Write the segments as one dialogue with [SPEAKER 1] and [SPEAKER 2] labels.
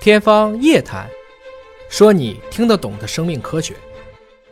[SPEAKER 1] 天方夜谭，说你听得懂的生命科学。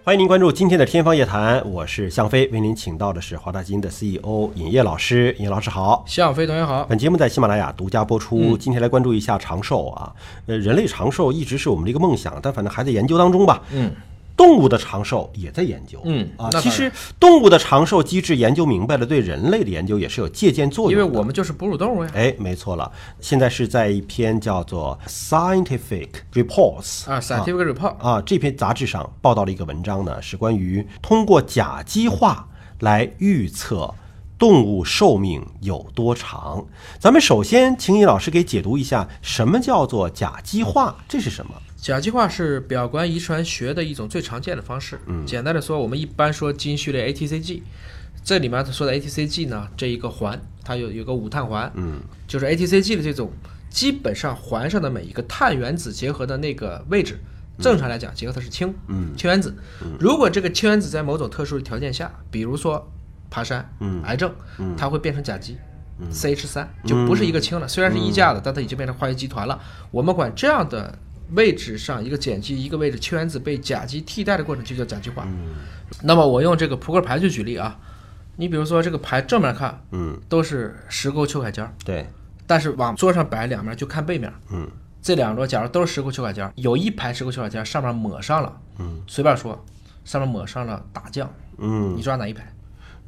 [SPEAKER 2] 欢迎您关注今天的《天方夜谭》，我是向飞，为您请到的是华大基因的 CEO 尹烨老师。尹老师好，
[SPEAKER 1] 向飞同学好，
[SPEAKER 2] 本节目在喜马拉雅独家播出。今天来关注一下长寿啊，呃，人类长寿一直是我们的一个梦想，但反正还在研究当中吧。
[SPEAKER 1] 嗯，
[SPEAKER 2] 动物的长寿也在研究，
[SPEAKER 1] 嗯
[SPEAKER 2] 啊
[SPEAKER 1] 那，当
[SPEAKER 2] 其
[SPEAKER 1] 然
[SPEAKER 2] 实动物的长寿机制研究明白了，对人类的研究也是有借鉴作
[SPEAKER 1] 因
[SPEAKER 2] 用
[SPEAKER 1] 为
[SPEAKER 2] 的。
[SPEAKER 1] 我们就是哺乳动物呀。
[SPEAKER 2] 哎，没错了，现在是在一篇叫做《Scientific Reports》
[SPEAKER 1] 啊，scientific report，
[SPEAKER 2] 啊，这篇杂志上报道了一个文章呢，是关于通过甲基化来预测动物寿命有多长。咱们首先请尹老师给解读一下，什么叫做甲基化？这是什么？
[SPEAKER 1] 甲基化是表观遗传学的一种最常见的方式。嗯，简单的说，我们一般说基因序列 ATCG，这里面说的 ATCG 呢，这一个环，它有有个五碳环，嗯，就是 ATCG 的这种，基本上环上的每一个碳原子结合的那个位置，正常来讲结合的是氢，嗯，氢原子。如果这个氢原子在某种特殊的条件下，比如说爬山、嗯、癌症，它会变成甲基。CH 三就不是一个氢了，虽然是一价的，但它已经变成化学集团了。我们管这样的位置上一个碱基一个位置氢原子被甲基替代的过程就叫甲基化。那么我用这个扑克牌去举例啊，你比如说这个牌正面看，
[SPEAKER 2] 嗯，
[SPEAKER 1] 都是石沟丘改尖儿，
[SPEAKER 2] 对，
[SPEAKER 1] 但是往桌上摆两面就看背面，
[SPEAKER 2] 嗯，
[SPEAKER 1] 这两桌假如都是石沟丘改尖儿，有一排石沟丘改尖儿上面抹上了，嗯，随便说，上面抹上了打酱，
[SPEAKER 2] 嗯，
[SPEAKER 1] 你抓哪一排？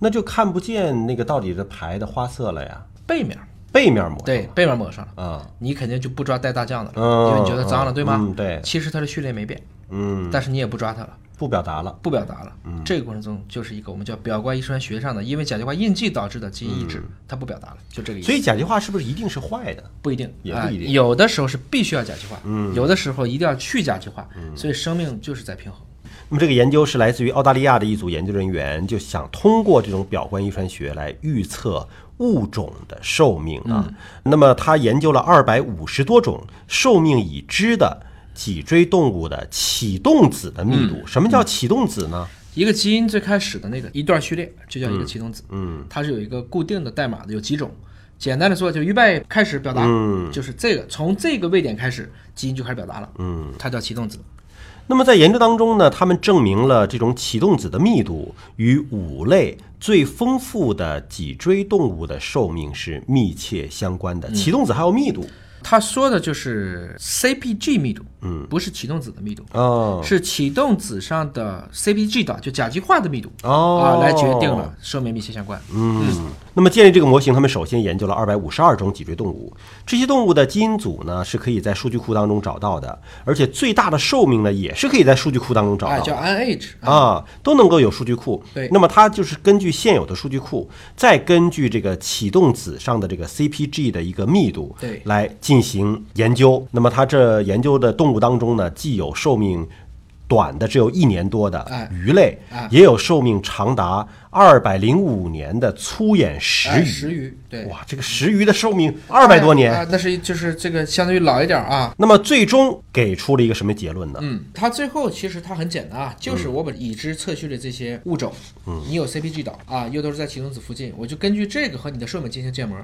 [SPEAKER 2] 那就看不见那个到底的牌的花色了呀，
[SPEAKER 1] 背面，
[SPEAKER 2] 背面膜。
[SPEAKER 1] 对，背面抹上了。
[SPEAKER 2] 啊，
[SPEAKER 1] 你肯定就不抓带大酱的了，
[SPEAKER 2] 嗯
[SPEAKER 1] 因为你觉得脏了，对吗？
[SPEAKER 2] 嗯对
[SPEAKER 1] 其实它的序列没变，
[SPEAKER 2] 嗯，
[SPEAKER 1] 但是你也不抓它了，
[SPEAKER 2] 不表达了。
[SPEAKER 1] 不表达了。这个过程中就是一个我们叫表观遗传学上的，因为甲基化印记导致的基因抑制，它不表达了，就这个意思。
[SPEAKER 2] 嗯所以甲基化是不是一定是坏的？
[SPEAKER 1] 不一定，
[SPEAKER 2] 也
[SPEAKER 1] 啊
[SPEAKER 2] 不一定嗯
[SPEAKER 1] 有的时候是必须要甲基化，有的时候一定要去甲基化，所以生命就是在平衡。
[SPEAKER 2] 那么这个研究是来自于澳大利亚的一组研究人员，就想通过这种表观遗传学来预测物种的寿命啊。那么他研究了二百五十多种寿命已知的脊椎动物的启动子的密度。什么叫启动子呢？
[SPEAKER 1] 一个基因最开始的那个一段序列就叫一个启动子，嗯，它是有一个固定的代码的，有几种。简单的说，就预备开始表达，
[SPEAKER 2] 嗯
[SPEAKER 1] 就是这个从这个位点开始，基因就开始表达了，嗯，它叫启动子。
[SPEAKER 2] 那么在研究当中呢，他们证明了这种启动子的密度与五类最丰富的脊椎动物的寿命是密切相关的。启动子还有密度
[SPEAKER 1] 他说的就是 CpG 密度，嗯，不是启动子的密度，
[SPEAKER 2] 哦
[SPEAKER 1] 是启动子上的 CpG 的，就甲基化的密度、
[SPEAKER 2] 哦
[SPEAKER 1] 啊，来决定了生命密切相关。
[SPEAKER 2] 嗯，那么建立这个模型，他们首先研究了二百五十二种脊椎动物，这些动物的基因组呢是可以在数据库当中找到的，而且最大的寿命呢也是可以在数据库当中找
[SPEAKER 1] 啊，
[SPEAKER 2] 到
[SPEAKER 1] 叫
[SPEAKER 2] 的。
[SPEAKER 1] NH 啊，
[SPEAKER 2] 啊，都能够有数据库。
[SPEAKER 1] 对
[SPEAKER 2] 那么它就是根据现有的数据库，再根据这个启动子上的这个 CpG 的一个密度，
[SPEAKER 1] 对
[SPEAKER 2] 来进行研究。那么它这研究的动物当中呢，既有寿命短的只有一年多的
[SPEAKER 1] 哎
[SPEAKER 2] 鱼类，
[SPEAKER 1] 哎
[SPEAKER 2] 也有寿命长达二百零五年的粗眼石
[SPEAKER 1] 哎
[SPEAKER 2] 鱼。
[SPEAKER 1] 石鱼，对，
[SPEAKER 2] 哇，这个石鱼的寿命二百多年。
[SPEAKER 1] 啊，那是就是这个相当于老一点啊。
[SPEAKER 2] 那么最终给出了一个什么结论呢？
[SPEAKER 1] 嗯，它最后其实它很简单啊，就是我把已知测序的这些物种，嗯，你有 CpG 岛啊，又都是在启动子附近，我就根据这个和你的寿命进行建模，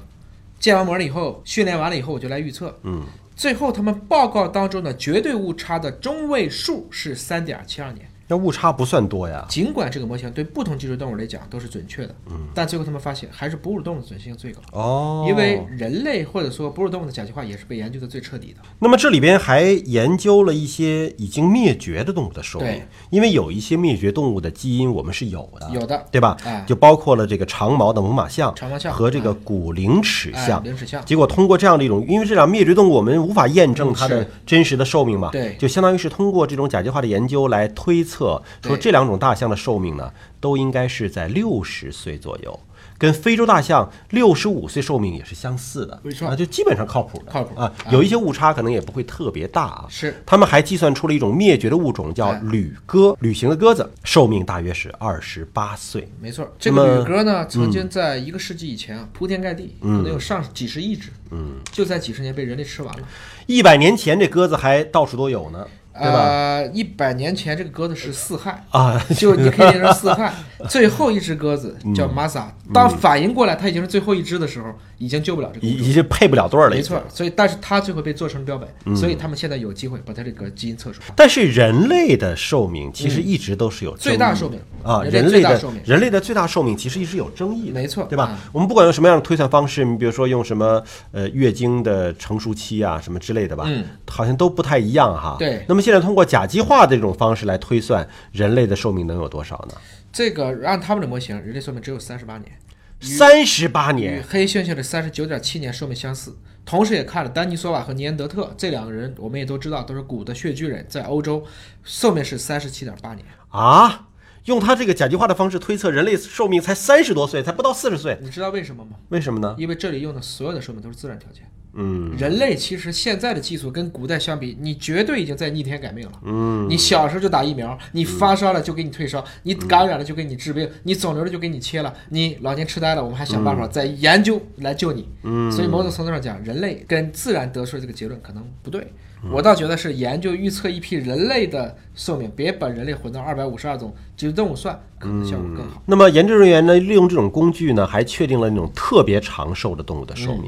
[SPEAKER 1] 建完模了以后，训练完了以后，我就来预测，嗯，最后他们报告当中的绝对误差的中位数是三点七二年，
[SPEAKER 2] 那误差不算多呀。
[SPEAKER 1] 尽管这个模型对不同脊椎动物来讲都是准确的，嗯，但最后他们发现还是哺乳动物的准确性最高，
[SPEAKER 2] 哦
[SPEAKER 1] 因为人类或者说哺乳动物的甲基化也是被研究的最彻底的。
[SPEAKER 2] 那么这里边还研究了一些已经灭绝的动物的寿命
[SPEAKER 1] 对，
[SPEAKER 2] 因为有一些灭绝动物的基因我们是有的，
[SPEAKER 1] 有的
[SPEAKER 2] 对吧
[SPEAKER 1] 哎？
[SPEAKER 2] 就包括了这个长毛的猛犸象，
[SPEAKER 1] 长毛象啊
[SPEAKER 2] 和这个古灵齿象
[SPEAKER 1] 哎。灵齿象，
[SPEAKER 2] 结果通过这样的一种，因为这两灭绝动物我们无法验证它
[SPEAKER 1] 嗯
[SPEAKER 2] 的
[SPEAKER 1] 是
[SPEAKER 2] 真实的寿命嘛，
[SPEAKER 1] 对
[SPEAKER 2] 就相当于是通过这种甲基化的研究来推测，
[SPEAKER 1] 对
[SPEAKER 2] 说这两种大象的寿命呢，都应该是在六十岁左右，跟非洲大象六十五岁寿命也是相似的，
[SPEAKER 1] 没错
[SPEAKER 2] 啊，就基本上靠谱的，
[SPEAKER 1] 靠谱
[SPEAKER 2] 啊，有一些误差可能也不会特别大啊。
[SPEAKER 1] 是
[SPEAKER 2] 他们还计算出了一种灭绝的物种，叫
[SPEAKER 1] 哎
[SPEAKER 2] 旅鸽，旅行的鸽子，寿命大约是二十八岁。
[SPEAKER 1] 没错，这
[SPEAKER 2] 那
[SPEAKER 1] 个
[SPEAKER 2] 么嗯
[SPEAKER 1] 旅鸽呢，曾经在一个世纪以前啊，铺天盖地，可能有上几十亿只，嗯，就在几十年被人类吃完了。
[SPEAKER 2] 一百年前这鸽子还到处都有呢，对吧？
[SPEAKER 1] 呃，一百年前这个鸽子是四害，
[SPEAKER 2] 啊， 嗯
[SPEAKER 1] 就你可以理 解成四害。最后一只鸽子叫玛莎，当反应过来它已经是最后一只的时候，已经救不了这个物种。
[SPEAKER 2] 已已经配不了对儿了，
[SPEAKER 1] 没
[SPEAKER 2] 已嗯经
[SPEAKER 1] 错，所以但是它最后被做成标本，所以他们现在有机会把它这个基因测出来。
[SPEAKER 2] 但是人类的寿命其实一直都是有争议
[SPEAKER 1] 最大寿命
[SPEAKER 2] 啊，
[SPEAKER 1] 人类
[SPEAKER 2] 类
[SPEAKER 1] 最大
[SPEAKER 2] 的
[SPEAKER 1] 寿命
[SPEAKER 2] 人类的最大寿命其实一直有争议的，
[SPEAKER 1] 没错
[SPEAKER 2] 对吧
[SPEAKER 1] 啊？
[SPEAKER 2] 我们不管用什么样的推算方式，你比如说用什么呃月经的成熟期啊什么之类的吧，
[SPEAKER 1] 嗯，
[SPEAKER 2] 好像都不太一样哈。
[SPEAKER 1] 对
[SPEAKER 2] 那么现在通过甲基化的这种方式来推算人类的寿命能有多少呢？
[SPEAKER 1] 这个按他们的模型，人类寿命只有三十八年，
[SPEAKER 2] 三十八
[SPEAKER 1] 与
[SPEAKER 2] 年，
[SPEAKER 1] 黑猩猩的三十九点七年寿命相似。同时也看了丹尼索瓦和尼安德特这两个人，我们也都知道都是古的穴居人，在欧洲寿命是三十七点八年。
[SPEAKER 2] 啊！用他这个甲基化的方式推测人类寿命才三十多岁，才不到四十岁，
[SPEAKER 1] 你知道为什么吗？
[SPEAKER 2] 为什么呢？
[SPEAKER 1] 因为这里用的所有的寿命都是自然条件。
[SPEAKER 2] 嗯，
[SPEAKER 1] 人类其实现在的技术跟古代相比，你绝对已经在逆天改命了。嗯，你小时候就打疫苗，你发烧了就给你退烧，你感染了就给你治病，你肿瘤了就给你切了，你老年痴呆了，我们还想办法再研究来救你。嗯，所以某种程度上讲，人类跟自然得出的这个结论可能不对。我倒觉得是研究预测一批人类的寿命，别把人类混到二百五十二种植物动物算，可能效果更好。
[SPEAKER 2] 那么研究人员呢，利用这种工具呢，还确定了那种特别长寿的动物的寿命，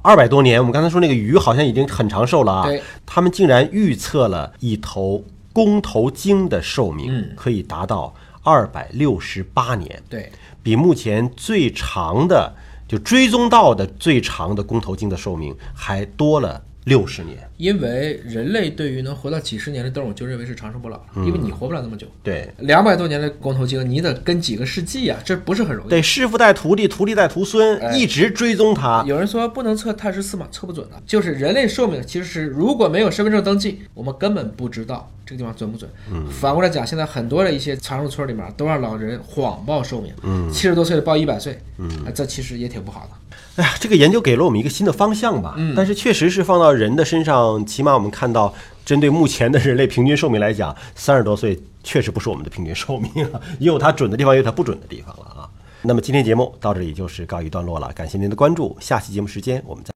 [SPEAKER 2] 二百、多年。我们刚才说那个鱼好像已经很长寿了啊
[SPEAKER 1] 对，
[SPEAKER 2] 他们竟然预测了一头公头鲸的寿命、可以达到二百六十八年，
[SPEAKER 1] 对，
[SPEAKER 2] 比目前最长的就追踪到的最长的公头鲸的寿命还多了六十年。
[SPEAKER 1] 因为人类对于能活到几十年的动物就认为是长生不老了，因为你活不了那么久。
[SPEAKER 2] 对，
[SPEAKER 1] 两百多年的光头鲸，你得跟几个世纪呀、这不是很容易。
[SPEAKER 2] 得师傅带徒弟，徒弟带徒孙，一直追踪它。
[SPEAKER 1] 有人说不能测碳十四嘛，测不准的。啊就是人类寿命其实是如果没有身份证登记，我们根本不知道这个地方准不准。反过来讲，现在很多的一些长寿村里面都让老人谎报寿命，七十、多岁的报一百岁，啊这其实也挺不好的。
[SPEAKER 2] 哎呀，这个研究给了我们一个新的方向吧。嗯，但是确实是放到人的身上，起码我们看到，针对目前的人类平均寿命来讲，三十多岁确实不是我们的平均寿命啊， 也有它准的地方，也有它不准的地方了啊。那么今天节目到这里就是告一段落了，感谢您的关注，下期节目时间我们再。